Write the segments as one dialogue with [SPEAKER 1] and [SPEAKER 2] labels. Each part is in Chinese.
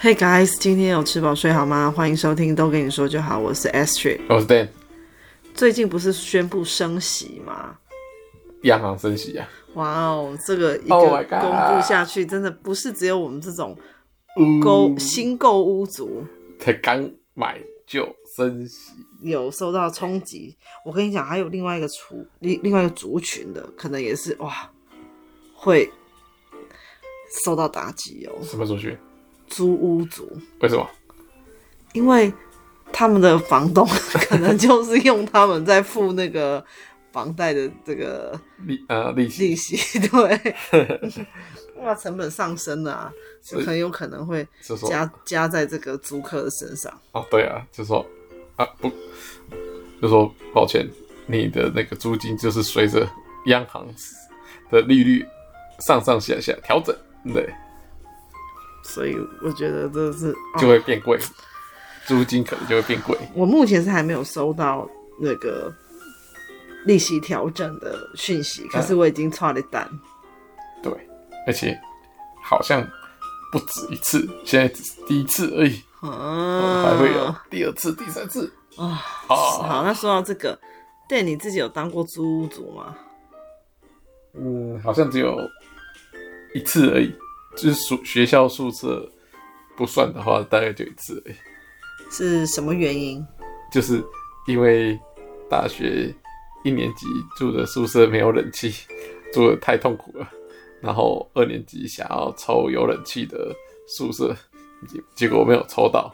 [SPEAKER 1] Hey guys，今天有吃饱睡好吗？欢迎收听，都跟你说就好。我是 Astrid。
[SPEAKER 2] 我是 Dan，
[SPEAKER 1] 最近不是宣布升息吗？
[SPEAKER 2] 央行升息啊，
[SPEAKER 1] 哇哦，这个一
[SPEAKER 2] Oh my
[SPEAKER 1] 个
[SPEAKER 2] God
[SPEAKER 1] 公布下去真的不是只有我们这种购、
[SPEAKER 2] 嗯
[SPEAKER 1] 新购屋族
[SPEAKER 2] 才刚买就升息，
[SPEAKER 1] 有受到冲击。我跟你讲，还有另外一个族另另外一个族群的，可能也是哇，会受到打击哦。
[SPEAKER 2] 什么族群？
[SPEAKER 1] 租屋族，
[SPEAKER 2] 为什么？
[SPEAKER 1] 因为他们的房东 可能就是用他们在付那个房贷的这个
[SPEAKER 2] 利呃利息
[SPEAKER 1] 利息， 对， 哇，成本上升了啊，就很有可能会
[SPEAKER 2] 就说
[SPEAKER 1] 加加在这个租客的身上。
[SPEAKER 2] 哦，对啊，就说啊不，就说抱歉，你的那个租金就是随着央行的利率上上下下调整，对，
[SPEAKER 1] 所以我觉得这是，哦
[SPEAKER 2] 就会变贵，租金可能就会变贵。
[SPEAKER 1] 我目前是还没有收到那个利息调整的讯息，可是
[SPEAKER 2] 哎
[SPEAKER 1] 我已经差了单。
[SPEAKER 2] 对，而且好像不止一次，现在只是第一次而已，
[SPEAKER 1] 嗯，
[SPEAKER 2] 哦还会有第二次、第三次。
[SPEAKER 1] 啊，
[SPEAKER 2] 啊
[SPEAKER 1] 好，那说到这个，对你自己有当过租屋主吗？
[SPEAKER 2] 嗯，好像只有一次而已，就是宿学校宿舍不算的话，大概就一次而已。
[SPEAKER 1] 是什么原因？
[SPEAKER 2] 就是因为大学一年级住的宿舍没有冷气， 住的太痛苦了。然后二年级想要抽有冷气的宿舍，结结果没有抽到，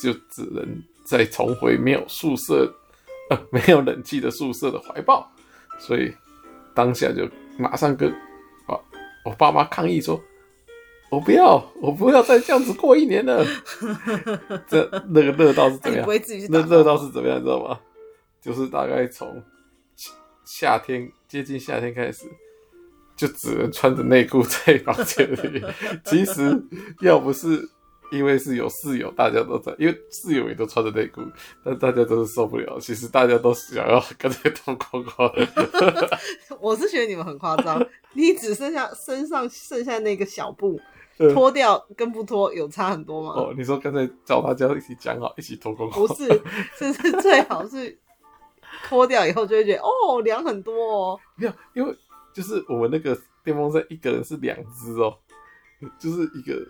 [SPEAKER 2] 就只能再重回没有宿舍，呃，没有冷气的宿舍的怀抱。所以当下就马上跟啊我爸妈抗议说：“我不要，我不要再这样子过一年了。”这那个热到是
[SPEAKER 1] 那
[SPEAKER 2] 怎么
[SPEAKER 1] 你
[SPEAKER 2] 样
[SPEAKER 1] 不？会自己去打
[SPEAKER 2] 啊那
[SPEAKER 1] 吗？
[SPEAKER 2] 热到是怎么样，你知道吗？就是大概从夏夏天接近夏天开始，就只能穿着内裤在房间里。其实要不是因为是有室友，大家都在，因为室友也都穿着内裤，但大家都是受不了。其实大家都想要干脆脱光光。
[SPEAKER 1] 我是觉得你们很夸 张，你只剩下身上剩下那个小布，脱掉跟不脱有差很多吗？
[SPEAKER 2] 哦，你说干脆叫大家一起讲好，一起脱光光
[SPEAKER 1] 不。是，就是最好是脱掉以后就会觉得哦凉很多哦。
[SPEAKER 2] 没有，因为就是我们那个电风扇一个人是两只哦，就是一个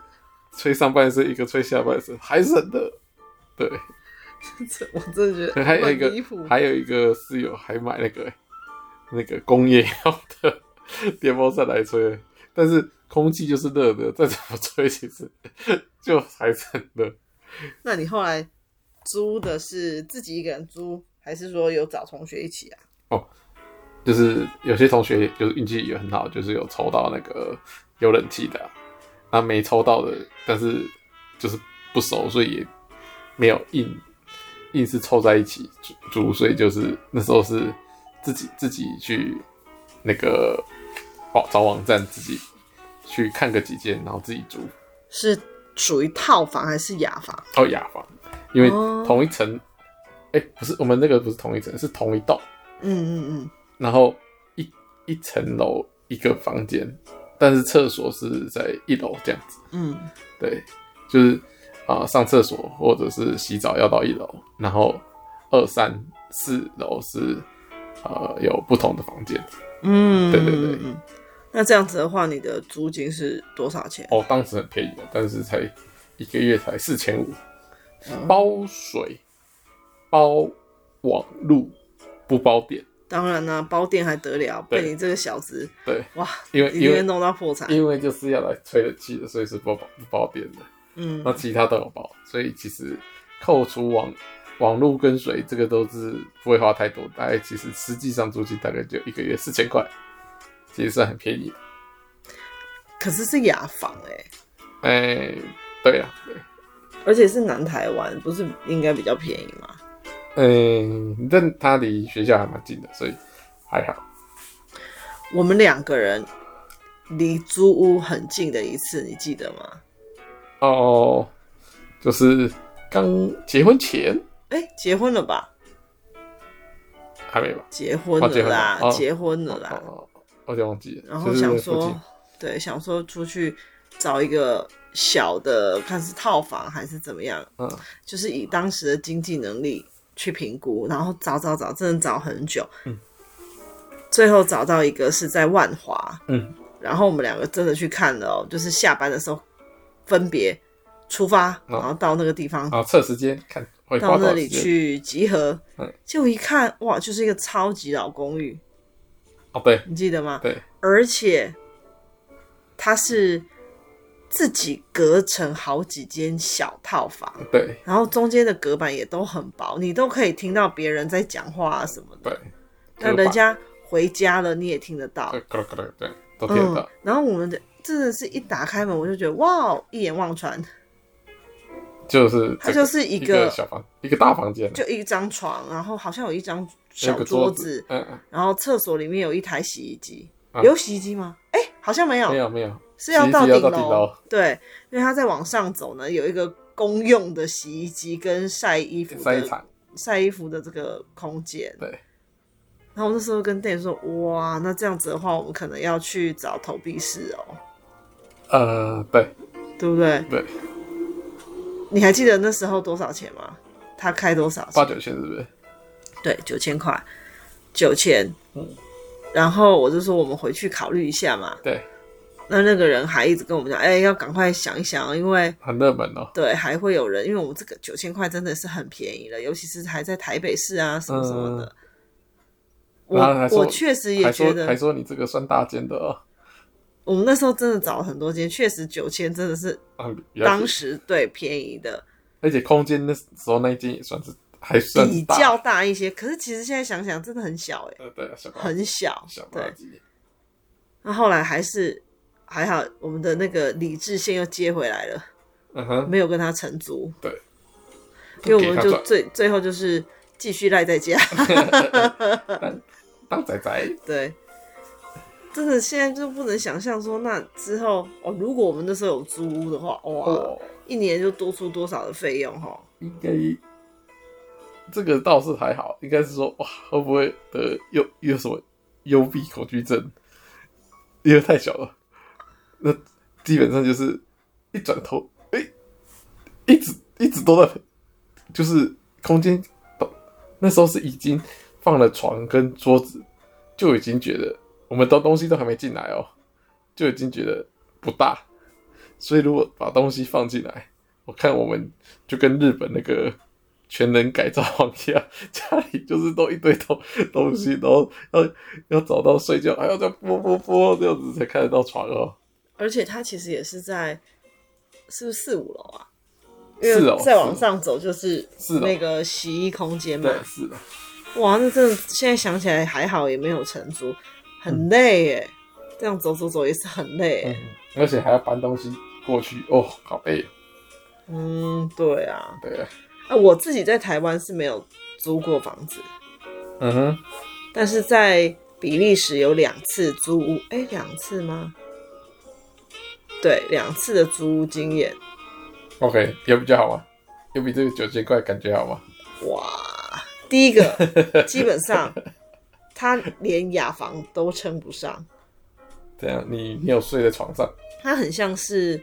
[SPEAKER 2] 吹上半身，一个吹下半身，还是很热。对，
[SPEAKER 1] 这我真的觉得
[SPEAKER 2] 还有一
[SPEAKER 1] 很离谱
[SPEAKER 2] 个，。还有一个室友还买那个那个工业用的 电风扇来吹，但是空气就是热的，再怎么吹其实就还是很热。
[SPEAKER 1] 那你后来租的是自己一个人租，还是说有找同学一起啊？
[SPEAKER 2] 就是有些同学就是运气也很好，就是有抽到那个有冷气的啊，那没抽到的，但是就是不熟，所以也没有硬硬是凑在一起住住，所以就是那时候是自己自己去那个网找网站自己去看个几间，然后自己租
[SPEAKER 1] 是属于套房还是雅房？
[SPEAKER 2] 哦雅房，因为
[SPEAKER 1] 哦
[SPEAKER 2] 同一层，哎、不是我们那个不是同一层，是同一栋。
[SPEAKER 1] 嗯嗯嗯，
[SPEAKER 2] 然后一一层楼一个房间，但是厕所是在一楼这样子。
[SPEAKER 1] 嗯，
[SPEAKER 2] 对，就是啊、上厕所或者是洗澡要到一楼，然后二三四楼是呃有不同的房间。
[SPEAKER 1] 嗯，
[SPEAKER 2] 对对对
[SPEAKER 1] 嗯。嗯那这样子的话，你的租金是多少钱？
[SPEAKER 2] 哦，当时很便宜的，但是才一个月才四千五，包水、包网路，不包电。
[SPEAKER 1] 当然啦、包店还得了？
[SPEAKER 2] 对
[SPEAKER 1] 被你这个小子，
[SPEAKER 2] 对，
[SPEAKER 1] 哇，
[SPEAKER 2] 因为
[SPEAKER 1] 一个
[SPEAKER 2] 因
[SPEAKER 1] 月
[SPEAKER 2] 为
[SPEAKER 1] 弄到破产。
[SPEAKER 2] 因为就是要来吹冷气的，所以是不包不包电的。
[SPEAKER 1] 嗯
[SPEAKER 2] 那其他都有包，所以其实扣除网网路跟水，这个都是不会花太多，大概其实实际上租金大概就一个月四千块，其实算很便宜。
[SPEAKER 1] 可是是雅房哎、
[SPEAKER 2] 哎、对啊，对，
[SPEAKER 1] 而且是南台湾，不是应该比较便宜吗？
[SPEAKER 2] 嗯、但它离学校还蛮近的，所以还好。
[SPEAKER 1] 我们两个人离租屋很近的一次，你记得吗？
[SPEAKER 2] 哦，就是刚结婚前
[SPEAKER 1] 哎、结婚了吧？
[SPEAKER 2] 还没吧？
[SPEAKER 1] 结婚了啦，
[SPEAKER 2] 哦
[SPEAKER 1] 结婚了啦。
[SPEAKER 2] 哦，我就忘记了。
[SPEAKER 1] 然后
[SPEAKER 2] 就是
[SPEAKER 1] 想
[SPEAKER 2] 附近
[SPEAKER 1] 说，对，想说出去找一个小的，看是套房还是怎么样，
[SPEAKER 2] 嗯，
[SPEAKER 1] 就是以当时的经济能力去评估，然后找找找，真的找很久，
[SPEAKER 2] 嗯，
[SPEAKER 1] 最后找到一个是在万华，
[SPEAKER 2] 嗯，
[SPEAKER 1] 然后我们两个真的去看了、哦，就是下班的时候分别出发，然后到那个地方，
[SPEAKER 2] 好，测时间看会嗯啊花
[SPEAKER 1] 到
[SPEAKER 2] 多
[SPEAKER 1] 那
[SPEAKER 2] 少
[SPEAKER 1] 里
[SPEAKER 2] 时间
[SPEAKER 1] 去集合
[SPEAKER 2] 嗯，
[SPEAKER 1] 结果一看，哇，就是一个超级老公寓，
[SPEAKER 2] 哦，对
[SPEAKER 1] 你记得吗？
[SPEAKER 2] 对，
[SPEAKER 1] 而且它是自己隔成好几间小套房，
[SPEAKER 2] 对
[SPEAKER 1] 然后中间的隔板也都很薄，你都可以听到别人在讲话啊什么的。
[SPEAKER 2] 对，
[SPEAKER 1] 那人家回家了，你也听得到
[SPEAKER 2] 对。咯咯咯对，都听得
[SPEAKER 1] 嗯
[SPEAKER 2] 到，，
[SPEAKER 1] 然后我们的真的是一打开门，我就觉得哇哦，一眼望穿，
[SPEAKER 2] 就是
[SPEAKER 1] 它
[SPEAKER 2] 这
[SPEAKER 1] 就
[SPEAKER 2] 个
[SPEAKER 1] 是一
[SPEAKER 2] 一
[SPEAKER 1] 个
[SPEAKER 2] 小房，一个大房间，
[SPEAKER 1] 就一张床，然后好像有一张
[SPEAKER 2] 有
[SPEAKER 1] 小
[SPEAKER 2] 个
[SPEAKER 1] 桌
[SPEAKER 2] 子
[SPEAKER 1] 子，，
[SPEAKER 2] 嗯，嗯
[SPEAKER 1] 然后厕所里面有一台洗衣机，
[SPEAKER 2] 啊
[SPEAKER 1] 有洗衣机吗？哎，好像没有
[SPEAKER 2] 没，有没有，
[SPEAKER 1] 是要
[SPEAKER 2] 洗衣机要
[SPEAKER 1] 顶
[SPEAKER 2] 到顶楼
[SPEAKER 1] 对，因为它再往上走呢，有一个公用的洗衣机跟晒衣服
[SPEAKER 2] 晒衣
[SPEAKER 1] 的
[SPEAKER 2] 场，
[SPEAKER 1] 晒衣服的这个空间。
[SPEAKER 2] 对，
[SPEAKER 1] 然后我那时候跟店员说：“哇，那这样子的话，我们可能要去找投币式哦，
[SPEAKER 2] 呃，对
[SPEAKER 1] 对不对？
[SPEAKER 2] 对，
[SPEAKER 1] 你还记得那时候多少钱吗？他开多少
[SPEAKER 2] 八
[SPEAKER 1] 钱？
[SPEAKER 2] 九千是不是？
[SPEAKER 1] 对，九千块，九千。
[SPEAKER 2] 嗯
[SPEAKER 1] 然后我就说我们回去考虑一下嘛。
[SPEAKER 2] 对，
[SPEAKER 1] 那那个人还一直跟我们讲，哎，要赶快想一想，哦因为
[SPEAKER 2] 很热门哦，
[SPEAKER 1] 对，还会有人，因为我们这个九千块真的是很便宜了，尤其是还在台北市啊什么什么的。
[SPEAKER 2] 嗯然后还
[SPEAKER 1] 我
[SPEAKER 2] 说
[SPEAKER 1] 我确实也
[SPEAKER 2] 还
[SPEAKER 1] 觉
[SPEAKER 2] 说还
[SPEAKER 1] 得，
[SPEAKER 2] 说你这个算大间的哦，
[SPEAKER 1] 我们那时候真的找了很多间，确实九千真的是
[SPEAKER 2] 嗯，比较
[SPEAKER 1] 当
[SPEAKER 2] 便宜
[SPEAKER 1] 时对便宜的
[SPEAKER 2] 而且空间那时候那一间也算是还算
[SPEAKER 1] 比
[SPEAKER 2] 大
[SPEAKER 1] 较大一些，可是其实现在想想真的很小哎、
[SPEAKER 2] 呃对小
[SPEAKER 1] 很小
[SPEAKER 2] 小。
[SPEAKER 1] 对
[SPEAKER 2] 垃，圾，
[SPEAKER 1] 那后来还是还好，我们的那个理智线又接回来了，
[SPEAKER 2] 嗯哼，
[SPEAKER 1] 没有跟他承租，因为
[SPEAKER 2] 不
[SPEAKER 1] 我
[SPEAKER 2] 给
[SPEAKER 1] 们
[SPEAKER 2] 他
[SPEAKER 1] 就
[SPEAKER 2] 赚
[SPEAKER 1] 最最后就是继续赖在家。
[SPEAKER 2] 当仔仔，
[SPEAKER 1] 对，真的现在就不能想象说那之后哦，如果我们那时候有租屋的话，哇，
[SPEAKER 2] 哦，
[SPEAKER 1] 一年就多出多少的费用哈？
[SPEAKER 2] 应该这个倒是还好，应该是说哇，会呃不会得又又什么幽闭恐惧症？因为太小了，那基本上就是一转头，哎、一直一直都在，就是空间，那时候是已经放了床跟桌子，就已经觉得我们的东西都还没进来哦，就已经觉得不大，所以如果把东西放进来，我看我们就跟日本那个全能改造王一样，家里就是都一堆东东西，然后要要找到睡觉，还哎要再拨拨拨，这样子才看得到床哦。
[SPEAKER 1] 而且它其实也是在是不是四五楼啊？因
[SPEAKER 2] 四楼
[SPEAKER 1] 为再往上走就是
[SPEAKER 2] 四楼
[SPEAKER 1] 那个洗衣空间嘛
[SPEAKER 2] 对，。是的，
[SPEAKER 1] 哇，那真的现在想起来还好，也没有承租，很累耶。这样走走走也是很累耶。
[SPEAKER 2] 哎而且还要搬东西过去，哦，好累。
[SPEAKER 1] 嗯，对啊。
[SPEAKER 2] 对，
[SPEAKER 1] 啊，我自己在台湾是没有租过房子，
[SPEAKER 2] 嗯哼，
[SPEAKER 1] 但是在比利时有两次租屋，哎，两次吗？对，两次的租屋经验，
[SPEAKER 2] ，OK，有比较好吗？有比这个九千块感觉好吗？
[SPEAKER 1] 哇！第一 个基本上他连雅房都称不上，
[SPEAKER 2] 这样你你有睡在床上，
[SPEAKER 1] 他很像是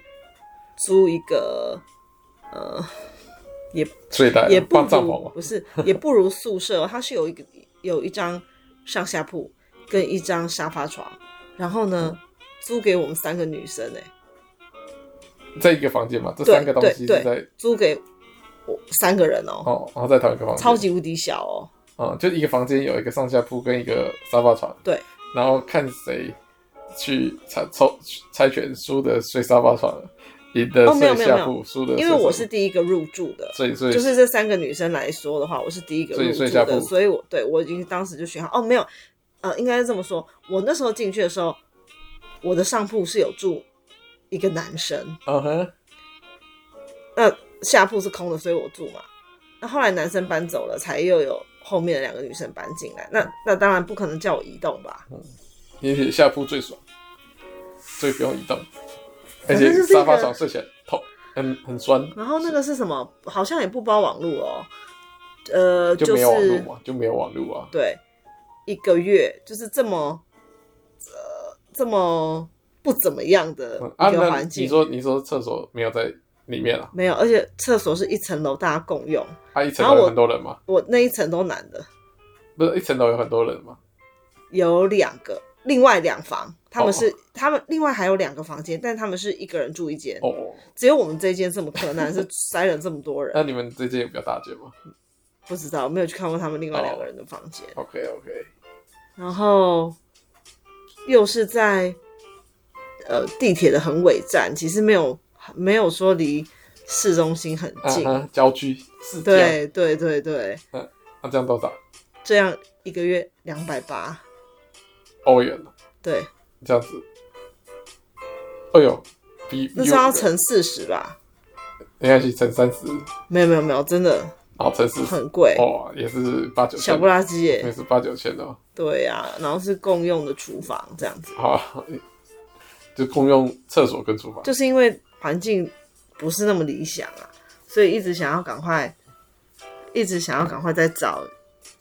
[SPEAKER 1] 租一个呃，也
[SPEAKER 2] 睡在
[SPEAKER 1] 也不
[SPEAKER 2] 哎放帐篷
[SPEAKER 1] 如
[SPEAKER 2] 吗？
[SPEAKER 1] 不是也不如宿舍，它是有一个有一张上下铺跟一张沙发床，然后呢
[SPEAKER 2] 嗯
[SPEAKER 1] 租给我们三个女生哎、
[SPEAKER 2] 在一个房间嘛，这
[SPEAKER 1] 对
[SPEAKER 2] 三个东西是
[SPEAKER 1] 对对
[SPEAKER 2] 在
[SPEAKER 1] 租给我三个人哦，
[SPEAKER 2] 哦，然后在同一个房间，
[SPEAKER 1] 超级无敌小哦。
[SPEAKER 2] 嗯，就一个房间有一个上下铺跟一个沙发床，
[SPEAKER 1] 对，
[SPEAKER 2] 然后看谁去猜抽猜拳输的睡沙发床，赢的
[SPEAKER 1] 哦没有
[SPEAKER 2] 睡
[SPEAKER 1] 没有
[SPEAKER 2] 下铺，输的
[SPEAKER 1] 因
[SPEAKER 2] 睡
[SPEAKER 1] 为我
[SPEAKER 2] 上
[SPEAKER 1] 是第一个入住的
[SPEAKER 2] 铺，所以所以
[SPEAKER 1] 就是这三个女生来说的话，我是第一个
[SPEAKER 2] 所以
[SPEAKER 1] 入住
[SPEAKER 2] 睡下
[SPEAKER 1] 的，
[SPEAKER 2] 铺
[SPEAKER 1] 所以我对我已经当时就选好哦，没有，呃，应该是这么说，我那时候进去的时候，我的上铺是有住一个男生，
[SPEAKER 2] 嗯哼，
[SPEAKER 1] 那下铺是空的，所以我住嘛。那后来男生搬走了，才又有后面的两个女生搬进来，那那当然不可能叫我移动吧，
[SPEAKER 2] 哦也许下铺最爽，最不用移动，而
[SPEAKER 1] 反
[SPEAKER 2] 且
[SPEAKER 1] 正就是一个
[SPEAKER 2] 沙发床睡起来痛，很很酸，
[SPEAKER 1] 然后那个是什么？好像也不包网络哦，呃，
[SPEAKER 2] 就没有网
[SPEAKER 1] 是
[SPEAKER 2] 路嘛，就没有网路啊，
[SPEAKER 1] 对一个月，就是这么呃这么不怎么样的
[SPEAKER 2] 嗯啊，
[SPEAKER 1] 一个
[SPEAKER 2] 那
[SPEAKER 1] 呃环
[SPEAKER 2] 你
[SPEAKER 1] 境。
[SPEAKER 2] 说你说厕所没有在里面啊？
[SPEAKER 1] 没有，而且厕所是一层楼大家共用，
[SPEAKER 2] 啊，一层
[SPEAKER 1] 然后
[SPEAKER 2] 楼有
[SPEAKER 1] 我
[SPEAKER 2] 很多人吗？
[SPEAKER 1] 我那一层都男的，
[SPEAKER 2] 不是一层楼有很多人吗？
[SPEAKER 1] 有两个，另外两房，他们是、
[SPEAKER 2] 哦
[SPEAKER 1] 他们另外还有两个房间，但他们是一个人住一间，
[SPEAKER 2] 哦，
[SPEAKER 1] 只有我们这一间这么困难，是塞了这么多 人，
[SPEAKER 2] 那你们最近有比较大间吗
[SPEAKER 1] 不知道没有去看过他们另外两个人的房间，
[SPEAKER 2] ？OK OK，
[SPEAKER 1] 然后又是在呃地铁的很尾站，其实没有没有说离市中心很
[SPEAKER 2] 啊
[SPEAKER 1] 近，
[SPEAKER 2] 啊，郊区是这样，
[SPEAKER 1] 对对对对，
[SPEAKER 2] 那这样多少
[SPEAKER 1] 这样一个月两百八，
[SPEAKER 2] 欧元啊？
[SPEAKER 1] 对，
[SPEAKER 2] 这样子，哎呦，比
[SPEAKER 1] 那
[SPEAKER 2] 比
[SPEAKER 1] 时候
[SPEAKER 2] 我
[SPEAKER 1] 要乘四十吧，
[SPEAKER 2] 没关系，乘三十，
[SPEAKER 1] 没有没有没有，真的
[SPEAKER 2] 然后乘四 十，
[SPEAKER 1] 很贵，
[SPEAKER 2] 哦，嗯也是八九
[SPEAKER 1] 小
[SPEAKER 2] 千
[SPEAKER 1] 不，拉几耶
[SPEAKER 2] 也，是八九千哦。
[SPEAKER 1] 对呀、然后是共用的厨房这样子，
[SPEAKER 2] 好 啊，就共用厕所跟厨房。
[SPEAKER 1] 就是因为环境不是那么理想啊，所以一直想要赶快，一直想要赶快再找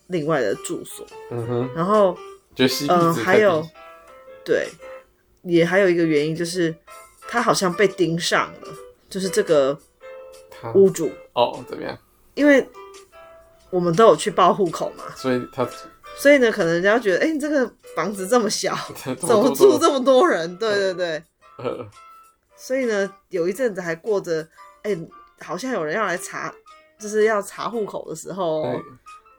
[SPEAKER 1] 另外的住所，
[SPEAKER 2] 嗯哼，
[SPEAKER 1] 然后
[SPEAKER 2] 觉得 CP 值
[SPEAKER 1] 嗯、呃
[SPEAKER 2] 太低
[SPEAKER 1] 还有对，也还有一个原因就是他好像被盯上了，就是这个
[SPEAKER 2] 他
[SPEAKER 1] 屋主，
[SPEAKER 2] 哦怎么样？
[SPEAKER 1] 因为我们都有去报户口嘛，
[SPEAKER 2] 所以他
[SPEAKER 1] 所以呢，可能人家觉得，哎、你这个房子这么小，
[SPEAKER 2] 他
[SPEAKER 1] 怎么住这么多人？对对对，
[SPEAKER 2] 呃
[SPEAKER 1] 所以呢，有一阵子还过着，哎、好像有人要来查，就是要查户口的时候哦，
[SPEAKER 2] 对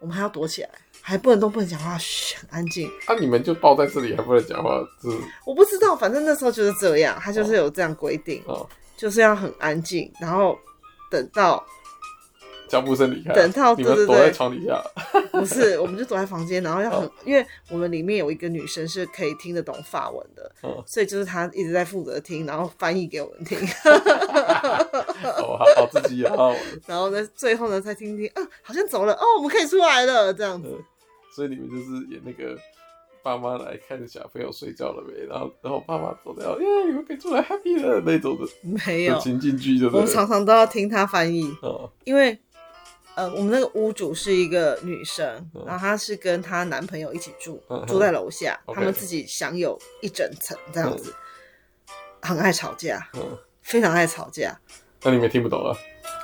[SPEAKER 1] 我们还要躲起来，还不能动，不能讲话，嘘，很安静。
[SPEAKER 2] 啊，你们就抱在这里还不能讲话，就是
[SPEAKER 1] 我不知道，反正那时候就是这样，他就是有这样规定，
[SPEAKER 2] 哦，
[SPEAKER 1] 就是要很安静，然后等到
[SPEAKER 2] 脚步声离开，
[SPEAKER 1] 等到
[SPEAKER 2] 你
[SPEAKER 1] 对
[SPEAKER 2] 们
[SPEAKER 1] 对
[SPEAKER 2] 躲在
[SPEAKER 1] 对
[SPEAKER 2] 床底下，
[SPEAKER 1] 不 是，我们就躲在房间，然后要
[SPEAKER 2] 哦
[SPEAKER 1] 很，因为我们里面有一个女生是可以听得懂法文的，
[SPEAKER 2] 哦
[SPEAKER 1] 所以就是她一直在负责听，然后翻译给我们 听，
[SPEAKER 2] 哦，好好自己也好好玩，
[SPEAKER 1] 然后呢，最后呢才听听，啊，好像走了，哦，我们可以出来了，这样子。
[SPEAKER 2] 所以你们就是演那个。爸妈来看小朋友睡觉了没，然后然后爸妈走掉，耶，你们可以出来 happy 了那种的
[SPEAKER 1] 没有
[SPEAKER 2] 的，情境剧，对
[SPEAKER 1] 我
[SPEAKER 2] 嗯不
[SPEAKER 1] 们
[SPEAKER 2] 对？
[SPEAKER 1] 常常都要听她翻译，
[SPEAKER 2] 哦，
[SPEAKER 1] 因为呃，我们那个屋主是一个女生，
[SPEAKER 2] 嗯
[SPEAKER 1] 然后她是跟她男朋友一起住
[SPEAKER 2] 嗯，哼
[SPEAKER 1] 住在楼下，
[SPEAKER 2] OK
[SPEAKER 1] 他们自己享有一整层这样
[SPEAKER 2] 嗯
[SPEAKER 1] 子，很爱吵架，
[SPEAKER 2] 嗯，
[SPEAKER 1] 非常爱吵架
[SPEAKER 2] 那你们听不懂啊，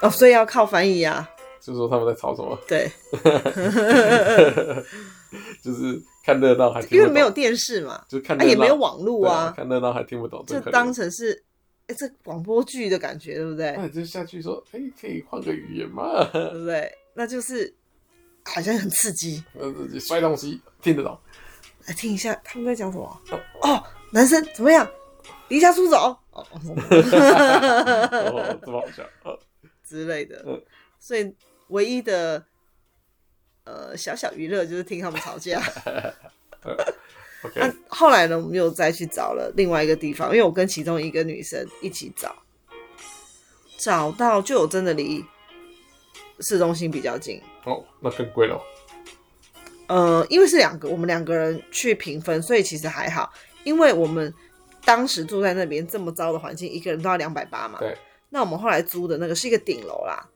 [SPEAKER 1] 哦，所以要靠翻译啊，
[SPEAKER 2] 就说他们在吵什么，
[SPEAKER 1] 对，
[SPEAKER 2] 就是看热闹还听不懂，
[SPEAKER 1] 嗯因为没有电视嘛，
[SPEAKER 2] 就看
[SPEAKER 1] 啊
[SPEAKER 2] 热闹、
[SPEAKER 1] 也没有网络
[SPEAKER 2] 对
[SPEAKER 1] 啊，
[SPEAKER 2] 看热闹还听不懂，
[SPEAKER 1] 就
[SPEAKER 2] 真可怜
[SPEAKER 1] 当成是哎这广播剧的感觉，对不对
[SPEAKER 2] 那？你就下去说，哎、可以换个语言吗？
[SPEAKER 1] 对不对？那就是好像很刺激，
[SPEAKER 2] 呃自己摔东西听得懂，
[SPEAKER 1] 来听一下他们在讲什么哦，男生怎么样？离家出走哦，
[SPEAKER 2] 哦，这么好笑，哦
[SPEAKER 1] 之类的
[SPEAKER 2] 嗯。
[SPEAKER 1] 所以唯一的呃小小娱乐就是听他们吵 架。
[SPEAKER 2] ，OK，
[SPEAKER 1] 那、后来呢，我们又再去找了另外一个地方，因为我跟其中一个女生一起找，找到就有真的离市中心比较近。
[SPEAKER 2] 哦，那更贵了，
[SPEAKER 1] 呃，因为是两个，我们两个人去平分，所以其实还好，因为我们。当时住在那边这么糟的环境，一个人都要两百八嘛。
[SPEAKER 2] 对，
[SPEAKER 1] 那我们后来租的那个是一个顶楼啦，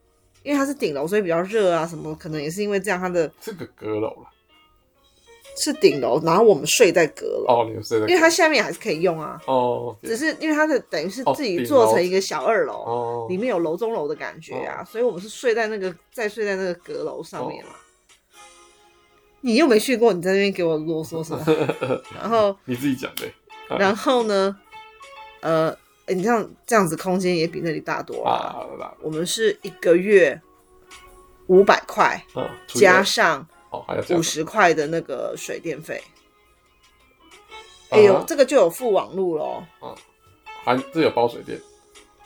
[SPEAKER 1] 因为它是顶楼，所以比较热啊，什么可能也是因为这样，它的
[SPEAKER 2] 这个阁楼了，
[SPEAKER 1] 是顶楼，然后我们睡在阁楼，
[SPEAKER 2] 哦，你们睡在阁，
[SPEAKER 1] 因为它下面还是可以用啊，
[SPEAKER 2] 哦，
[SPEAKER 1] 只是因为它的等于是
[SPEAKER 2] 哦
[SPEAKER 1] 自己
[SPEAKER 2] 顶
[SPEAKER 1] 做
[SPEAKER 2] 楼
[SPEAKER 1] 成一个小二楼，
[SPEAKER 2] 哦
[SPEAKER 1] 里，面有楼中楼的感觉啊，所以我们是睡在那个再睡在那个阁楼上面嘛。
[SPEAKER 2] 哦
[SPEAKER 1] 你又没去过，你在那边给我啰嗦什么？ 然后，
[SPEAKER 2] 你自己讲的，啊
[SPEAKER 1] 然后呢？呃，诶你这样这样子空间也比那里大多了啊。
[SPEAKER 2] 啊，好了啦，
[SPEAKER 1] 我们是一个月五百块，
[SPEAKER 2] 嗯，除以
[SPEAKER 1] 加
[SPEAKER 2] 二
[SPEAKER 1] 上
[SPEAKER 2] 哦，还要加
[SPEAKER 1] 五，十块的那个水电费。
[SPEAKER 2] 啊
[SPEAKER 1] 哎呦，这个就有付网路咯。
[SPEAKER 2] 还这有包水电，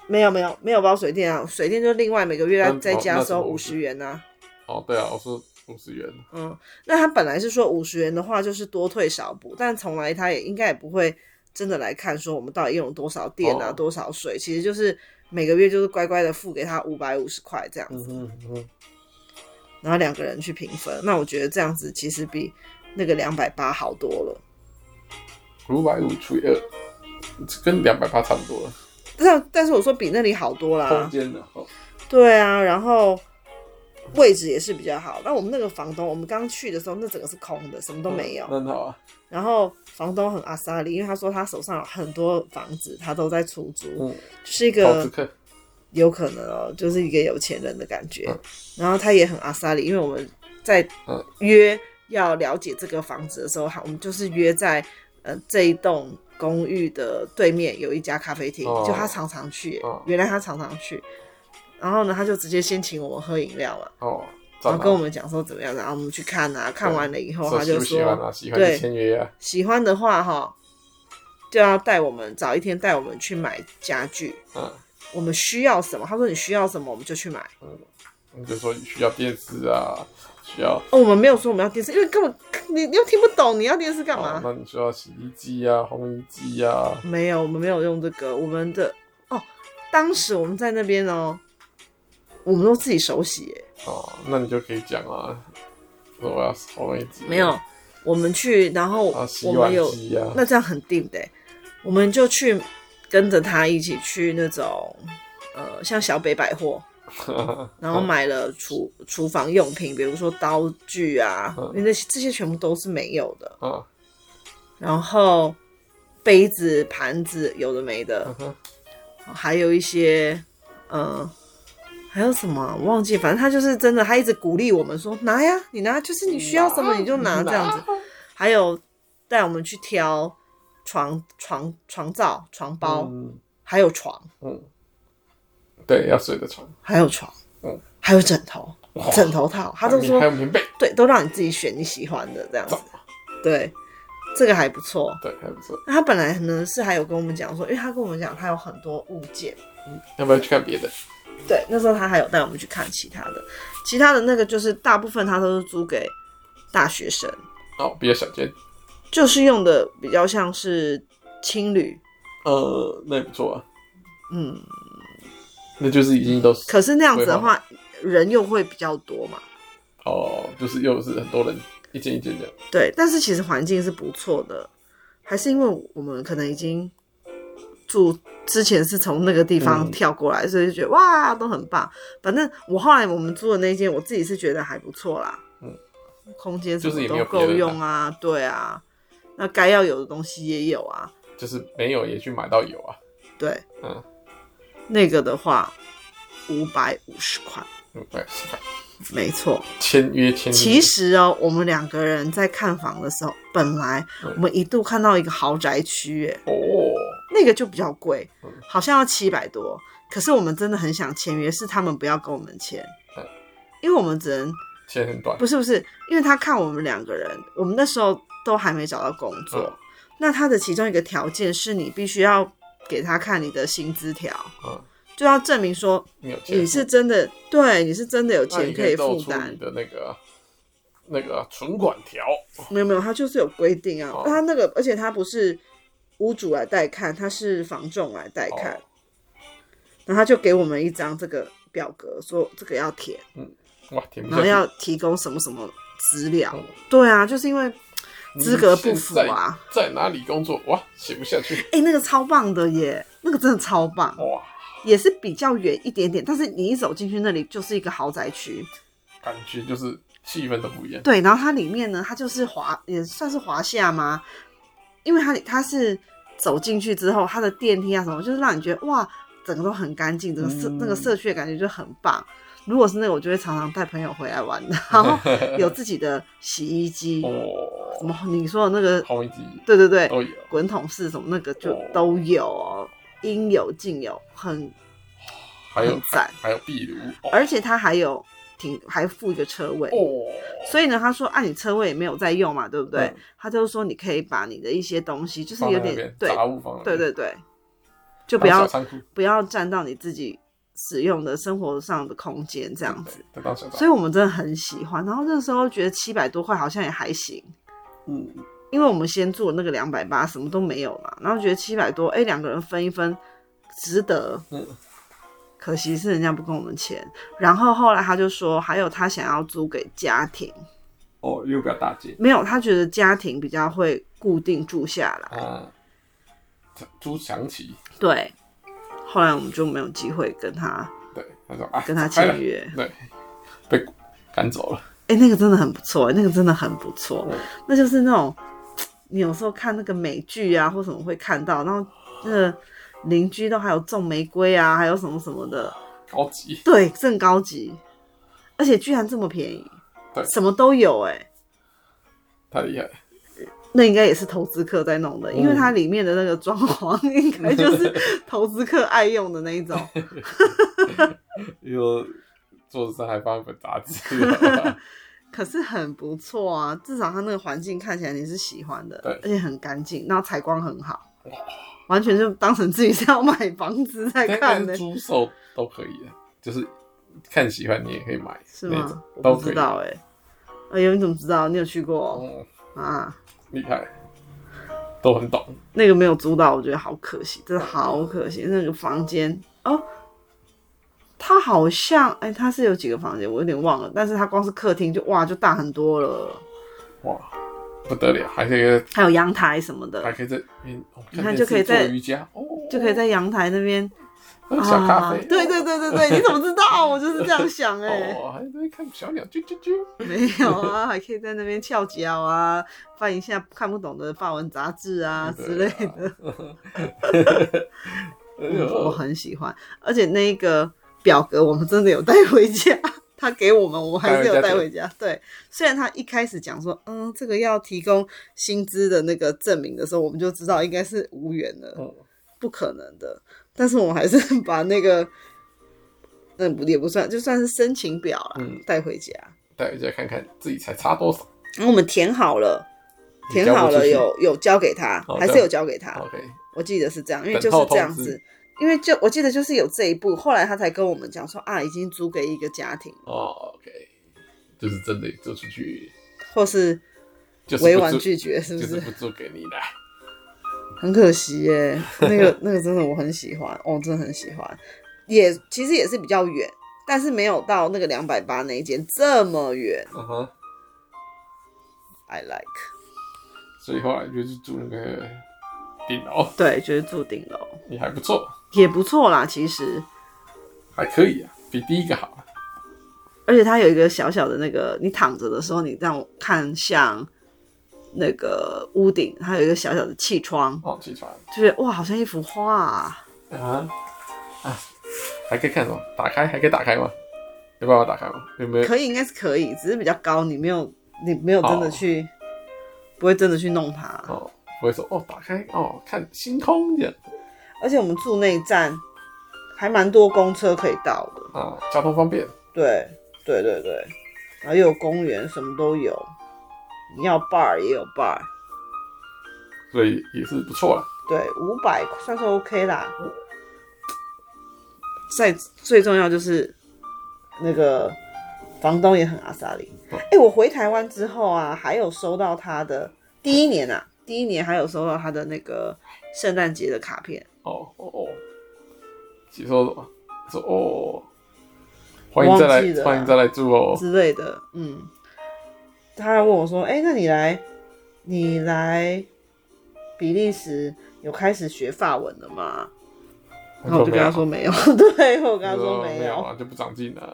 [SPEAKER 1] 没有没有没有包水电啊，水电就另外每个月要
[SPEAKER 2] 那
[SPEAKER 1] 再加
[SPEAKER 2] 那怎
[SPEAKER 1] 收
[SPEAKER 2] 么
[SPEAKER 1] 五十元呐、
[SPEAKER 2] 哦，对啊，我说五十元，
[SPEAKER 1] 嗯，那他本来是说五十元的话就是多退少补，但从来他也应该也不会真的来看说我们到底用了多少电啊、
[SPEAKER 2] 哦
[SPEAKER 1] 多少水，其实就是每个月就是乖乖的付给他五百五十块这样
[SPEAKER 2] 嗯
[SPEAKER 1] 子，
[SPEAKER 2] 哼嗯哼，
[SPEAKER 1] 然后两个人去平分。那我觉得这样子其实比那个两百八好多了。
[SPEAKER 2] 五百五除以二，跟两百八差不多了，
[SPEAKER 1] 啊
[SPEAKER 2] 哦
[SPEAKER 1] 但但是我说比那里好多啦，
[SPEAKER 2] 空间的，哦
[SPEAKER 1] 对啊，然后位置也是比较好。那我们那个房东，我们刚去的时候，那整个是空的，什么都没有。
[SPEAKER 2] 那很好啊。
[SPEAKER 1] 然后房东很阿萨里，因为他说他手上有很多房子，他都在出租，
[SPEAKER 2] 嗯，
[SPEAKER 1] 就是一
[SPEAKER 2] 投资
[SPEAKER 1] 个
[SPEAKER 2] 客，
[SPEAKER 1] 有可能哦，就是一个有钱人的感觉。
[SPEAKER 2] 嗯
[SPEAKER 1] 然后他也很阿萨里，因为我们在
[SPEAKER 2] 嗯
[SPEAKER 1] 约要了解这个房子的时候，哈，我们就是约在呃这一栋公寓的对面有一家咖啡厅，
[SPEAKER 2] 哦
[SPEAKER 1] 就他常常去，
[SPEAKER 2] 哦
[SPEAKER 1] 原来他常常去。然后呢，他就直接先请我们喝饮料嘛，
[SPEAKER 2] 哦，
[SPEAKER 1] 然
[SPEAKER 2] 赞
[SPEAKER 1] 后
[SPEAKER 2] 啊
[SPEAKER 1] 跟我们讲说怎么样，然后我们去看啊，看完了以后他
[SPEAKER 2] 喜
[SPEAKER 1] 就
[SPEAKER 2] 不喜
[SPEAKER 1] 说
[SPEAKER 2] 欢啊？喜欢
[SPEAKER 1] 对
[SPEAKER 2] 就签约啊。
[SPEAKER 1] 喜欢的话哈，就要带我们早一天带我们去买家具，
[SPEAKER 2] 嗯，
[SPEAKER 1] 我们需要什么？他说你需要什么我们就去买。嗯
[SPEAKER 2] 你就说需要电视啊，需要
[SPEAKER 1] 哦，我们没有说我们要电视，因为根本你你又听不懂，你要电视干嘛
[SPEAKER 2] 哦？那你需要洗衣机啊、烘衣机啊，
[SPEAKER 1] 没有，我们没有用这个，我们的哦，当时我们在那边哦，我们都自己手洗耶，
[SPEAKER 2] 哦，那你就可以讲啊，说我要烘衣机，
[SPEAKER 1] 没有，我们去，然后
[SPEAKER 2] 啊，洗
[SPEAKER 1] 我们
[SPEAKER 2] 碗
[SPEAKER 1] 有
[SPEAKER 2] 机啊，
[SPEAKER 1] 那这样很定的欸，我们就去跟着他一起去那种呃，像小北百 货，然后买了厨厨房用品，比如说刀具啊，
[SPEAKER 2] 嗯
[SPEAKER 1] 因为那些这些全部都是没有的。
[SPEAKER 2] 啊，
[SPEAKER 1] 然后杯子、盘子有的没的
[SPEAKER 2] 嗯，哼
[SPEAKER 1] 还有一些呃，还有什么啊我忘记，反正他就是真的，他一直鼓励我们说拿呀，你拿，就是你需要什
[SPEAKER 2] 嗯
[SPEAKER 1] 么你就拿这样子。还有带我们去挑床床床罩、床包，
[SPEAKER 2] 嗯
[SPEAKER 1] 还有床，
[SPEAKER 2] 嗯，对，要睡的床，
[SPEAKER 1] 还有床，
[SPEAKER 2] 嗯
[SPEAKER 1] 还有枕头、
[SPEAKER 2] 哇
[SPEAKER 1] 枕头套，他都
[SPEAKER 2] 还有
[SPEAKER 1] 说
[SPEAKER 2] 还有棉被，
[SPEAKER 1] 对，都让你自己选你喜欢的这样子。对，这个还不错。
[SPEAKER 2] 对，还不错。
[SPEAKER 1] 那他本来呢是还有跟我们讲说，因为他跟我们讲他有很多物件，
[SPEAKER 2] 要不要去看别的？
[SPEAKER 1] 对，那时候他还有带我们去看其他的，其他的那个就是大部分他都是租给大学生，
[SPEAKER 2] 哦，比较小间，
[SPEAKER 1] 就是用的比较像是青旅，
[SPEAKER 2] 呃，那也不错啊，
[SPEAKER 1] 嗯，
[SPEAKER 2] 那就是已经都是
[SPEAKER 1] 可是那样子的话，人又会比较多嘛，
[SPEAKER 2] 哦，就是又是很多人一间一间的，
[SPEAKER 1] 对，但是其实环境是不错的，还是因为我们可能已经住之前是从那个地方
[SPEAKER 2] 嗯
[SPEAKER 1] 跳过来，所以就觉得哇都很棒。反正我后来我们住的那间，我自己是觉得还不错啦，
[SPEAKER 2] 嗯，
[SPEAKER 1] 空间什
[SPEAKER 2] 就是
[SPEAKER 1] 么
[SPEAKER 2] 也没
[SPEAKER 1] 都
[SPEAKER 2] 有别
[SPEAKER 1] 够
[SPEAKER 2] 人
[SPEAKER 1] 用啊，对啊，那该要有的东西也有啊，
[SPEAKER 2] 就是没有也去买到有啊，
[SPEAKER 1] 对，
[SPEAKER 2] 嗯，
[SPEAKER 1] 那个的话五百五十块，
[SPEAKER 2] 嗯，对，
[SPEAKER 1] 没错。
[SPEAKER 2] 签约签约，
[SPEAKER 1] 其实哦，我们两个人在看房的时候，本来
[SPEAKER 2] 嗯
[SPEAKER 1] 我们一度看到一个豪宅区，耶。
[SPEAKER 2] 哦，
[SPEAKER 1] 那个就比较贵
[SPEAKER 2] 嗯，
[SPEAKER 1] 好像要七百多。可是我们真的很想签约，是他们不要跟我们签
[SPEAKER 2] 嗯，
[SPEAKER 1] 因为我们只能
[SPEAKER 2] 签很短，
[SPEAKER 1] 不是不是，因为他看我们两个人，我们那时候都还没找到工作
[SPEAKER 2] 嗯。
[SPEAKER 1] 那他的其中一个条件是你必须要给他看你的薪资条，
[SPEAKER 2] 嗯，
[SPEAKER 1] 就要证明说
[SPEAKER 2] 没有钱，
[SPEAKER 1] 你是真的对，你是真的有
[SPEAKER 2] 那
[SPEAKER 1] 钱
[SPEAKER 2] 你可
[SPEAKER 1] 以
[SPEAKER 2] 露
[SPEAKER 1] 负
[SPEAKER 2] 出
[SPEAKER 1] 担
[SPEAKER 2] 你。的那个那个啊存款条，
[SPEAKER 1] 没有没有，他就是有规定啊
[SPEAKER 2] 哦。
[SPEAKER 1] 他那个，而且他不是屋主来带看，他是房仲来带看。
[SPEAKER 2] 哦
[SPEAKER 1] 然后他就给我们一张这个表格，说这个要填，
[SPEAKER 2] 哇，填不
[SPEAKER 1] 然后
[SPEAKER 2] 下
[SPEAKER 1] 要
[SPEAKER 2] 去，
[SPEAKER 1] 提供什么什么资料
[SPEAKER 2] 嗯。
[SPEAKER 1] 对啊，就是因为
[SPEAKER 2] 你
[SPEAKER 1] 资格不符
[SPEAKER 2] 现在
[SPEAKER 1] 啊。
[SPEAKER 2] 在哪里工作？哇，写不下去，
[SPEAKER 1] 哎、那个超棒的耶，那个真的超棒，
[SPEAKER 2] 哇，
[SPEAKER 1] 也是比较远一点点，但是你一走进去那里就是一个豪宅区。
[SPEAKER 2] 感觉就是气氛都不一样，
[SPEAKER 1] 对，然后它里面呢，它就是华也算是华夏吗？因为它它是走进去之后，它的电梯啊什么，就是让你觉得哇，整个都很干净，整个社、那个
[SPEAKER 2] 嗯
[SPEAKER 1] 社区的感觉就很棒。如果是那个，我就会常常带朋友回来玩，然后有自己的洗衣机，什
[SPEAKER 2] 哦，
[SPEAKER 1] 么你说的那个，
[SPEAKER 2] 红衣机
[SPEAKER 1] 对对对，
[SPEAKER 2] 都有，
[SPEAKER 1] 滚筒式什么那个就都有哦，应有尽有，很
[SPEAKER 2] 还有
[SPEAKER 1] 很赞
[SPEAKER 2] 还有壁炉，哦
[SPEAKER 1] 而且它还有停还附一个车位，
[SPEAKER 2] 哦，
[SPEAKER 1] 所以呢，他说啊，你车位也没有在用嘛，对不对？
[SPEAKER 2] 嗯
[SPEAKER 1] 他就说你可以把你的一些东西，就是
[SPEAKER 2] 放在
[SPEAKER 1] 有
[SPEAKER 2] 那
[SPEAKER 1] 点
[SPEAKER 2] 边
[SPEAKER 1] 对
[SPEAKER 2] 杂物放，
[SPEAKER 1] 对，对对，就
[SPEAKER 2] 就
[SPEAKER 1] 不要
[SPEAKER 2] 仓库
[SPEAKER 1] 不要占到你自己使用的生活上的空间这样子。，
[SPEAKER 2] 对当小仓
[SPEAKER 1] 所以我们真的很喜欢。然后那时候觉得七百多块好像也还行，
[SPEAKER 2] 嗯，
[SPEAKER 1] 因为我们先住那个两百八，什么都没有嘛，然后觉得七百多，哎，两个人分一分，值得。
[SPEAKER 2] 嗯
[SPEAKER 1] 可惜是人家不跟我们签。然后后来他就说，还有他想要租给家庭。
[SPEAKER 2] 哦，又比较大间
[SPEAKER 1] 没有，他觉得家庭比较会固定住下来。
[SPEAKER 2] 啊，朱祥奇，
[SPEAKER 1] 对，后来我们就没有机会跟他
[SPEAKER 2] 对，他说啊，
[SPEAKER 1] 跟他
[SPEAKER 2] 拆了
[SPEAKER 1] 签约。
[SPEAKER 2] 对，被赶走了。
[SPEAKER 1] 哎、那个真的很不错、那个真的很不错
[SPEAKER 2] 嗯，
[SPEAKER 1] 那就是那种你有时候看那个美剧啊或什么会看到，然后那个邻居都还有种玫瑰啊，还有什么什么的，
[SPEAKER 2] 高级，
[SPEAKER 1] 对，正高级，而且居然这么便宜，
[SPEAKER 2] 对
[SPEAKER 1] 什么都有哎、
[SPEAKER 2] 太厉害了。
[SPEAKER 1] 那应该也是投资客在弄的，因为
[SPEAKER 2] 嗯
[SPEAKER 1] 它里面的那个装潢 应该就是投资客爱用的那一种。
[SPEAKER 2] 又桌子上还放一本杂 志，
[SPEAKER 1] 可是很不错啊，至少它那个环境看起来你是喜欢的，
[SPEAKER 2] 对
[SPEAKER 1] 而且很干净，然后采光很好，完全就当成自己是要买房子在看
[SPEAKER 2] 但
[SPEAKER 1] 的、
[SPEAKER 2] 是租售都可以的，就是看喜欢你也可以买，
[SPEAKER 1] 是
[SPEAKER 2] 那种
[SPEAKER 1] 吗？我
[SPEAKER 2] 都
[SPEAKER 1] 不
[SPEAKER 2] 可
[SPEAKER 1] 知
[SPEAKER 2] 以。
[SPEAKER 1] 道哎、哎呦，你怎么知道？你有去过、
[SPEAKER 2] 哦，
[SPEAKER 1] 啊？
[SPEAKER 2] 厉害，都很懂。
[SPEAKER 1] 那个没有租到，我觉得好可惜，真的好可惜。那个房间哦，它好像哎、它是有几个房间，我有点忘了，但是它光是客厅就哇就大很多了，
[SPEAKER 2] 哇，不得了，还可以
[SPEAKER 1] 还有阳台什么
[SPEAKER 2] 还
[SPEAKER 1] 的，
[SPEAKER 2] 可以在边，哦
[SPEAKER 1] 你看
[SPEAKER 2] 电视
[SPEAKER 1] 就可以在
[SPEAKER 2] 做瑜伽，哦，
[SPEAKER 1] 就可以在阳台那边
[SPEAKER 2] 喝小咖啡，
[SPEAKER 1] 哦对对对对 对，你怎么知道？我就是这样想哎、
[SPEAKER 2] 哦，还在那边看小鸟啾啾啾，
[SPEAKER 1] 没有啊，还可以在那边翘脚啊，翻一下看不懂的法文杂志啊之类的，
[SPEAKER 2] 哎
[SPEAKER 1] 嗯我
[SPEAKER 2] 的。
[SPEAKER 1] 很喜欢。而且那个表格我们真的有带回家， 他给我们，我们还是有带回家。对，虽然他一开始讲说，嗯，这个要提供薪资的那个证明的时候，我们就知道应该是无缘了。
[SPEAKER 2] 嗯
[SPEAKER 1] 不可能的。但是我还是把那个，那不也不算，就算是申请表啦
[SPEAKER 2] 嗯，
[SPEAKER 1] 带、回家。
[SPEAKER 2] 带回家看看自己才差多少。
[SPEAKER 1] 然后我们填好了，
[SPEAKER 2] 你
[SPEAKER 1] 填
[SPEAKER 2] 交不
[SPEAKER 1] 好
[SPEAKER 2] 出
[SPEAKER 1] 了
[SPEAKER 2] 去
[SPEAKER 1] 有有交给他
[SPEAKER 2] 好，
[SPEAKER 1] 还是
[SPEAKER 2] 这样
[SPEAKER 1] 有交给他。
[SPEAKER 2] OK，
[SPEAKER 1] 我记得是这样，因为就
[SPEAKER 2] 等
[SPEAKER 1] 是
[SPEAKER 2] 候
[SPEAKER 1] 这样
[SPEAKER 2] 通知
[SPEAKER 1] 子，因为就我记得就是有这一步，后来他才跟我们讲说啊，已经租给一个家庭，
[SPEAKER 2] 哦，OK，就是真的就出去，
[SPEAKER 1] 或是
[SPEAKER 2] 就是
[SPEAKER 1] 委
[SPEAKER 2] 不
[SPEAKER 1] 婉
[SPEAKER 2] 租
[SPEAKER 1] 拒绝，是不
[SPEAKER 2] 就是
[SPEAKER 1] 是？
[SPEAKER 2] 不租给你的。
[SPEAKER 1] 很可惜耶，那个 那个真的我很喜欢，哦，真的很喜欢，也其实也是比较远，但是没有到那个两百八那一间这么远
[SPEAKER 2] 嗯哼，
[SPEAKER 1] ，I like。
[SPEAKER 2] 所以后来就是住那个顶楼，
[SPEAKER 1] 对，就是住顶楼
[SPEAKER 2] 也还不错，
[SPEAKER 1] 也不错啦，其实，
[SPEAKER 2] 还可以啊，比第一个好。
[SPEAKER 1] 而且它有一个小小的那个，你躺着的时候，你让我看向那个屋顶，它有一个小小的气窗，
[SPEAKER 2] 哦，起床
[SPEAKER 1] 就是哇，好像一幅画、啊，
[SPEAKER 2] 啊啊，还可以看什么？打开还可以打开吗？有办法打开吗？有没有？
[SPEAKER 1] 可以，应该是可以，只是比较高，你没有你没有真的
[SPEAKER 2] 哦
[SPEAKER 1] 去，不会真的去弄它。
[SPEAKER 2] 哦，不会说哦，打开哦，看星空这样
[SPEAKER 1] 而且我们住那一站还蛮多公车可以到的。
[SPEAKER 2] 啊，交通方便。
[SPEAKER 1] 对，对对对，然后又有公园，什么都有。你要 bar 也有 bar，
[SPEAKER 2] 所以也是不错啦。
[SPEAKER 1] 对，五百算是 OK 啦。再最重要就是那个房东也很阿萨里。
[SPEAKER 2] 哦
[SPEAKER 1] 哎、我回台湾之后啊，还有收到他的第一年啊，第一年还有收到他的那个圣诞节的卡片，
[SPEAKER 2] 哦哦哦，起说什么？说哦，欢迎再
[SPEAKER 1] 忘记
[SPEAKER 2] 来，
[SPEAKER 1] 了啊
[SPEAKER 2] 欢迎再来住哦。
[SPEAKER 1] 之类的，嗯，他还问我说：“哎、那你来，你来比利时有开始学法文了吗？”然后我就跟他说没有， 对我跟他说没
[SPEAKER 2] 没有
[SPEAKER 1] 有，
[SPEAKER 2] 啊，就不长进了。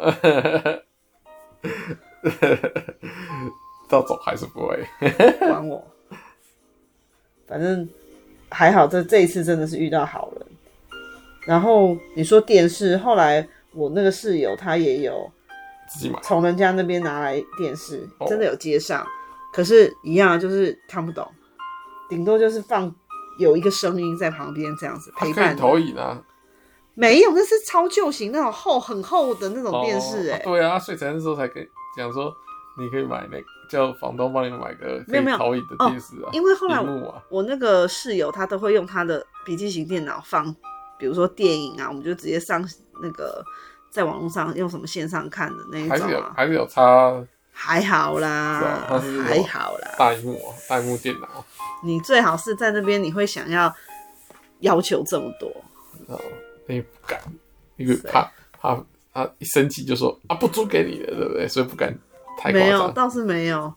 [SPEAKER 2] 到走还是不会，
[SPEAKER 1] 管我，反正还好，这这一次真的是遇到好人。然后你说电视，后来我那个室友他也有
[SPEAKER 2] 自己买。
[SPEAKER 1] 从人家那边拿来电视，
[SPEAKER 2] 哦
[SPEAKER 1] 真的有接上，可是一样就是看不懂，顶多就是放有一个声音在旁边这样子
[SPEAKER 2] 还
[SPEAKER 1] 陪
[SPEAKER 2] 可以
[SPEAKER 1] 伴。
[SPEAKER 2] 投影啊，
[SPEAKER 1] 没有，那是超旧型那种厚很厚的那种电视、
[SPEAKER 2] 哦
[SPEAKER 1] 哎、
[SPEAKER 2] 啊对啊，所以才那时候才跟讲说，你可以买那个叫房东帮你买个
[SPEAKER 1] 没有
[SPEAKER 2] 可以
[SPEAKER 1] 没有哦
[SPEAKER 2] 投影的电视啊，
[SPEAKER 1] 因为后来
[SPEAKER 2] 屏
[SPEAKER 1] 我
[SPEAKER 2] 幕啊，
[SPEAKER 1] 我那个室友他都会用他的笔记型电脑放，比如说电影啊，我们就直接上那个在网络上用什么线上看的那一
[SPEAKER 2] 还
[SPEAKER 1] 种
[SPEAKER 2] 是有
[SPEAKER 1] 啊，
[SPEAKER 2] 还是有插
[SPEAKER 1] 还好
[SPEAKER 2] 是啊
[SPEAKER 1] 啦，
[SPEAKER 2] 他是
[SPEAKER 1] 还好啦。
[SPEAKER 2] 大荧幕啊，大荧幕电脑，
[SPEAKER 1] 你最好是在那边，你会想要要求这么多。
[SPEAKER 2] 然后那也不敢，因为怕怕他一生气就说啊不租给你了，对不对？所以不敢太夸
[SPEAKER 1] 没有，
[SPEAKER 2] 张。
[SPEAKER 1] 倒是没有。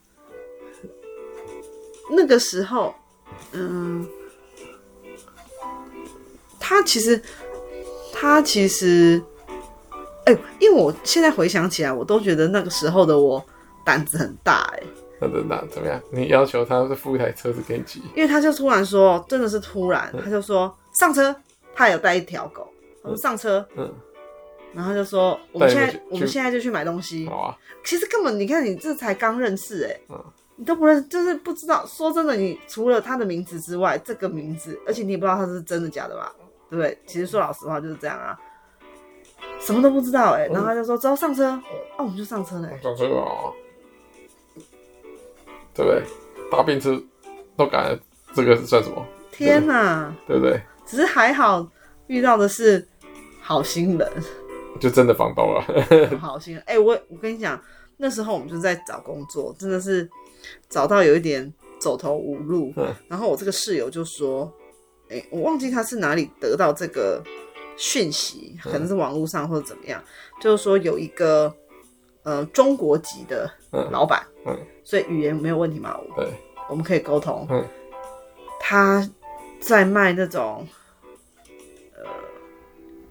[SPEAKER 1] 那个时候，嗯，他其实，他其实，哎、哎、因为我现在回想起来，我都觉得那个时候的我胆子很大哎、
[SPEAKER 2] 那那那怎么样？你要求他是付一台车子给你骑，
[SPEAKER 1] 因为他就突然说，真的是突然，他就说上车，他有带一条狗，我说上车，
[SPEAKER 2] 嗯嗯，
[SPEAKER 1] 然后就说我们
[SPEAKER 2] 带
[SPEAKER 1] 现在
[SPEAKER 2] 你们去
[SPEAKER 1] 我们
[SPEAKER 2] 去
[SPEAKER 1] 现在就去买东西，
[SPEAKER 2] 好啊，
[SPEAKER 1] 其实根本你看你这才刚认识哎、
[SPEAKER 2] 嗯
[SPEAKER 1] 你都不认识，就是不知道。说真的，你除了他的名字之外，这个名字，而且你也不知道他是真的假的吧？对不对？其实说老实话就是这样啊，什么都不知道哎、
[SPEAKER 2] 嗯
[SPEAKER 1] 然后他就说只要上车，哦，我们就上车了、欸。
[SPEAKER 2] 上车哦，对不对？大便车都敢，这个算什么？
[SPEAKER 1] 天哪、
[SPEAKER 2] 对不对？
[SPEAKER 1] 只是还好遇到的是好心人，
[SPEAKER 2] 就真的房东啊，
[SPEAKER 1] 好心人。哎、我我跟你讲，那时候我们就在找工作，真的是找到有一点走投无路。
[SPEAKER 2] 嗯
[SPEAKER 1] 然后我这个室友就说：“哎、我忘记他是哪里得到这个讯息，可
[SPEAKER 2] 嗯
[SPEAKER 1] 能是网络上或者怎么样，就是说有一个呃中国籍的
[SPEAKER 2] 嗯
[SPEAKER 1] 老板，
[SPEAKER 2] 嗯
[SPEAKER 1] 所以语言没有问题嘛，我
[SPEAKER 2] 对，
[SPEAKER 1] 我们可以沟通。
[SPEAKER 2] 嗯
[SPEAKER 1] 他在卖那种呃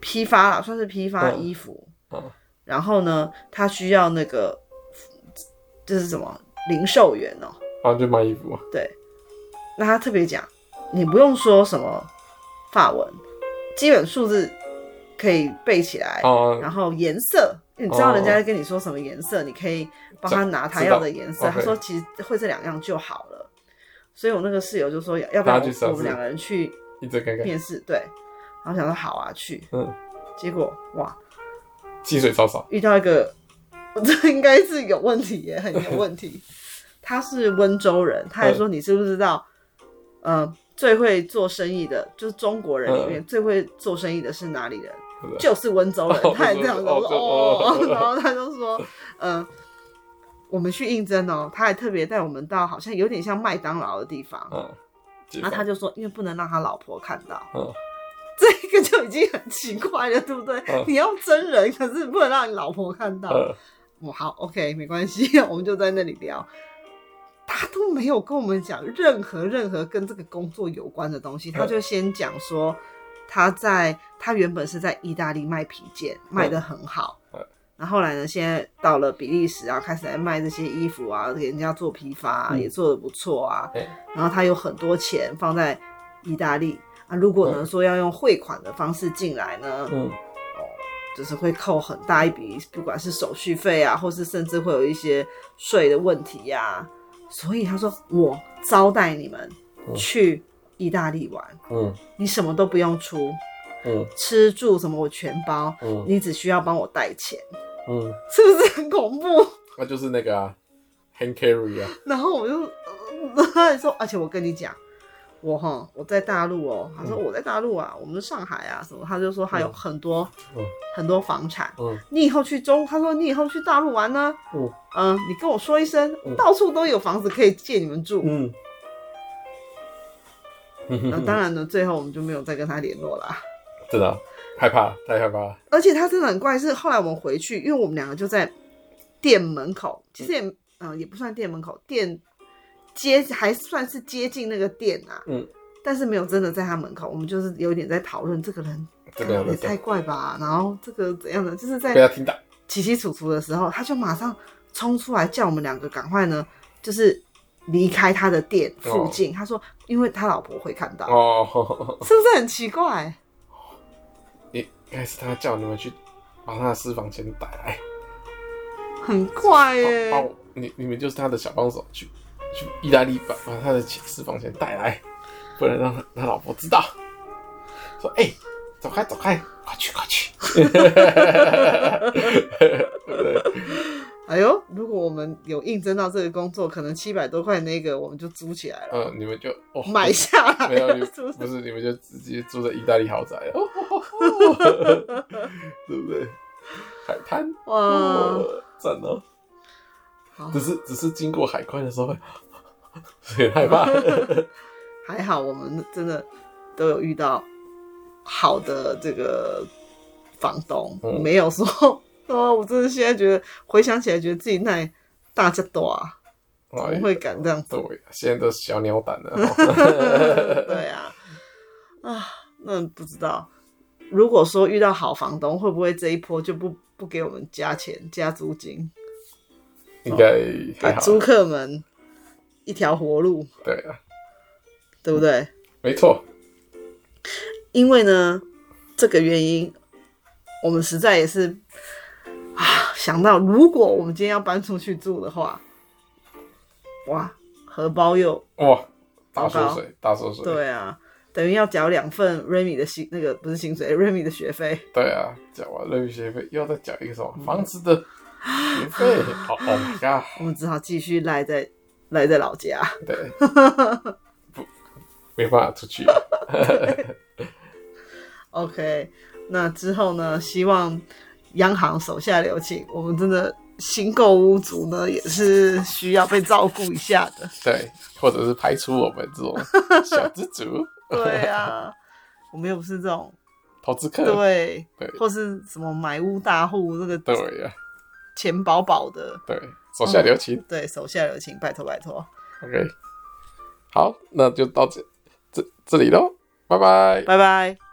[SPEAKER 1] 批发啦，算是批发
[SPEAKER 2] 嗯
[SPEAKER 1] 衣服，
[SPEAKER 2] 啊，
[SPEAKER 1] 然后呢，他需要那个这是什么零售员哦、
[SPEAKER 2] 然后就卖衣服啊，
[SPEAKER 1] 对，那他特别讲，你不用说什么法文，基本数字可以背起来，
[SPEAKER 2] 哦，
[SPEAKER 1] 然后颜色，因为你知道人家在跟你说什么颜色，你可以帮他拿他要的颜
[SPEAKER 2] 知
[SPEAKER 1] 色。
[SPEAKER 2] 道
[SPEAKER 1] 他说其实会这两样就好了。所以我那个室友就说，要不然
[SPEAKER 2] 大家去
[SPEAKER 1] 我
[SPEAKER 2] 尝试
[SPEAKER 1] 我们两个人去
[SPEAKER 2] 一直看看，
[SPEAKER 1] 面试，对。然后想说好啊，去。
[SPEAKER 2] 嗯，
[SPEAKER 1] 结果哇，
[SPEAKER 2] 薪水超少，
[SPEAKER 1] 遇到一个， 我这应该是有问题耶，很有问 题。他是温州人，他还
[SPEAKER 2] 嗯
[SPEAKER 1] 说你知不知道，呃，最会做生意的，就是中国人里面最会做生意的是哪里人？
[SPEAKER 2] 嗯对不对？
[SPEAKER 1] 就是温州人
[SPEAKER 2] 哦，
[SPEAKER 1] 他也这样跟我说
[SPEAKER 2] 哦
[SPEAKER 1] 哦
[SPEAKER 2] 哦，
[SPEAKER 1] 然后他就说，呃，我们去应征哦，他还特别带我们到好像有点像麦当劳的地方，
[SPEAKER 2] 嗯，解
[SPEAKER 1] 然后他
[SPEAKER 2] 放
[SPEAKER 1] 就说，因为不能让他老婆看到，
[SPEAKER 2] 嗯
[SPEAKER 1] 这个就已经很奇怪了，对不对？
[SPEAKER 2] 嗯
[SPEAKER 1] 你要真人，可是不能让你老婆看到。
[SPEAKER 2] 嗯，
[SPEAKER 1] 我好，OK，没关系， 我们就在那里聊。他都没有跟我们讲任何任何跟这个工作有关的东西，
[SPEAKER 2] 嗯
[SPEAKER 1] 他就先讲说他在他原本是在意大利卖皮件，卖的很好
[SPEAKER 2] 嗯。
[SPEAKER 1] 然后后来呢，现在到了比利时啊，开始来卖这些衣服啊，给人家做批发、啊，
[SPEAKER 2] 嗯
[SPEAKER 1] 也做的不错啊。
[SPEAKER 2] 哎
[SPEAKER 1] 然后他有很多钱放在意大利啊，如果呢说要用汇款的方式进来呢，
[SPEAKER 2] 嗯，
[SPEAKER 1] 就是会扣很大一笔，不管是手续费啊，或是甚至会有一些税的问题呀、所以他说我招待你们
[SPEAKER 2] 嗯
[SPEAKER 1] 去意大利玩，
[SPEAKER 2] 嗯
[SPEAKER 1] 你什么都不用出，
[SPEAKER 2] 嗯
[SPEAKER 1] 吃住什么我全包，
[SPEAKER 2] 嗯
[SPEAKER 1] 你只需要帮我带钱，
[SPEAKER 2] 嗯，
[SPEAKER 1] 是不是很恐怖？
[SPEAKER 2] 那就是那个啊，hand carry 啊，
[SPEAKER 1] 然后我就，呃他还说，而且我跟你讲，我哈我在大陆哦，他说我在大陆啊，我们上海啊什么，他就说他有
[SPEAKER 2] 嗯
[SPEAKER 1] 很多、
[SPEAKER 2] 嗯
[SPEAKER 1] 很多房产，
[SPEAKER 2] 嗯
[SPEAKER 1] 你以后去中，他说你以后去大陆玩呢，
[SPEAKER 2] 嗯
[SPEAKER 1] 嗯，你跟我说一声，
[SPEAKER 2] 嗯
[SPEAKER 1] 到处都有房子可以借你们住。
[SPEAKER 2] 嗯，
[SPEAKER 1] 那当然呢，
[SPEAKER 2] 嗯
[SPEAKER 1] 最后我们就没有再跟他联络啦。
[SPEAKER 2] 真的啊害怕，太害怕了，
[SPEAKER 1] 而且他真的很怪，是后来我们回去，因为我们两个就在店门口，其实也嗯、呃也不算店门口，店接还算是接近那个店啊，
[SPEAKER 2] 嗯，
[SPEAKER 1] 但是没有真的在他门口，我们就是有点在讨论这个人
[SPEAKER 2] 这个样
[SPEAKER 1] 也
[SPEAKER 2] 子
[SPEAKER 1] 太怪吧，然后这个怎样的，就是在
[SPEAKER 2] 被他听到，
[SPEAKER 1] 起起楚楚的时候，他就马上冲出来叫我们两个赶快呢，就是离开他的店附近。他说，因为他老婆会看到，
[SPEAKER 2] 哦，
[SPEAKER 1] 是不是很奇怪？
[SPEAKER 2] 应该是他叫你们去把他的私房钱打来。
[SPEAKER 1] 很怪耶、
[SPEAKER 2] 把我你你们就是他的小帮手，去去意大利把把他的钱私房钱带来，不能让他他老婆知道。说哎、走开走开，快去快去。
[SPEAKER 1] 哎呦，如果我们有应征到这个工作，可能七百多块那个我们就租起来了，
[SPEAKER 2] 呃，你们就哦
[SPEAKER 1] 买下来
[SPEAKER 2] 没有你
[SPEAKER 1] 了，是不是
[SPEAKER 2] 不是你们就直接住在意大利豪宅了， 对不对？海滩
[SPEAKER 1] 嗯哇，
[SPEAKER 2] 哦，赞哦！
[SPEAKER 1] 好
[SPEAKER 2] 只是只是经过海关的时候， 很 害怕。
[SPEAKER 1] 还好我们真的都有遇到好的这个房东，
[SPEAKER 2] 嗯
[SPEAKER 1] 没有说哦，我真的现在觉得回想起来，觉得自己那大家多啊，怎
[SPEAKER 2] 哎
[SPEAKER 1] 么会敢这样做？
[SPEAKER 2] 对，现在都是小鸟胆了哦。
[SPEAKER 1] 对啊，啊，那不知道，如果说遇到好房东，会不会这一波就不不给我们加钱加租金，
[SPEAKER 2] 应该
[SPEAKER 1] 给
[SPEAKER 2] 还好。
[SPEAKER 1] 租客们一条活路，
[SPEAKER 2] 对啊，
[SPEAKER 1] 对不对？
[SPEAKER 2] 没错，
[SPEAKER 1] 因为呢，这个原因，我们实在也是啊，想到如果我们今天要搬出去住的话，哇，荷包又
[SPEAKER 2] 哇，大
[SPEAKER 1] 糟糕
[SPEAKER 2] 缩水，大缩水。
[SPEAKER 1] 对啊，等于要缴两份 Remy 的薪，那个不是薪水，Remy 的学费，
[SPEAKER 2] 对啊，缴完任学费又要再缴一个什么房 子的学费？哦，Oh my god！
[SPEAKER 1] 我们只好继续赖在赖在老家。
[SPEAKER 2] 对，不没办法出去。
[SPEAKER 1] OK，那之后呢，希望央行手下留情，我们真的新购屋族呢也是需要被照顾一下的。
[SPEAKER 2] 对，或者是排除我们 这种小资族、
[SPEAKER 1] 对啊， 我们又不是这种
[SPEAKER 2] 投资 客。
[SPEAKER 1] 对，
[SPEAKER 2] 对
[SPEAKER 1] 或是什么买屋大户，那个
[SPEAKER 2] 对呀、
[SPEAKER 1] 钱饱饱的，
[SPEAKER 2] 对，手下留情。
[SPEAKER 1] 对，手下留情，拜托拜托，
[SPEAKER 2] OK，好，那就到这这这里喽，拜拜。
[SPEAKER 1] 拜拜。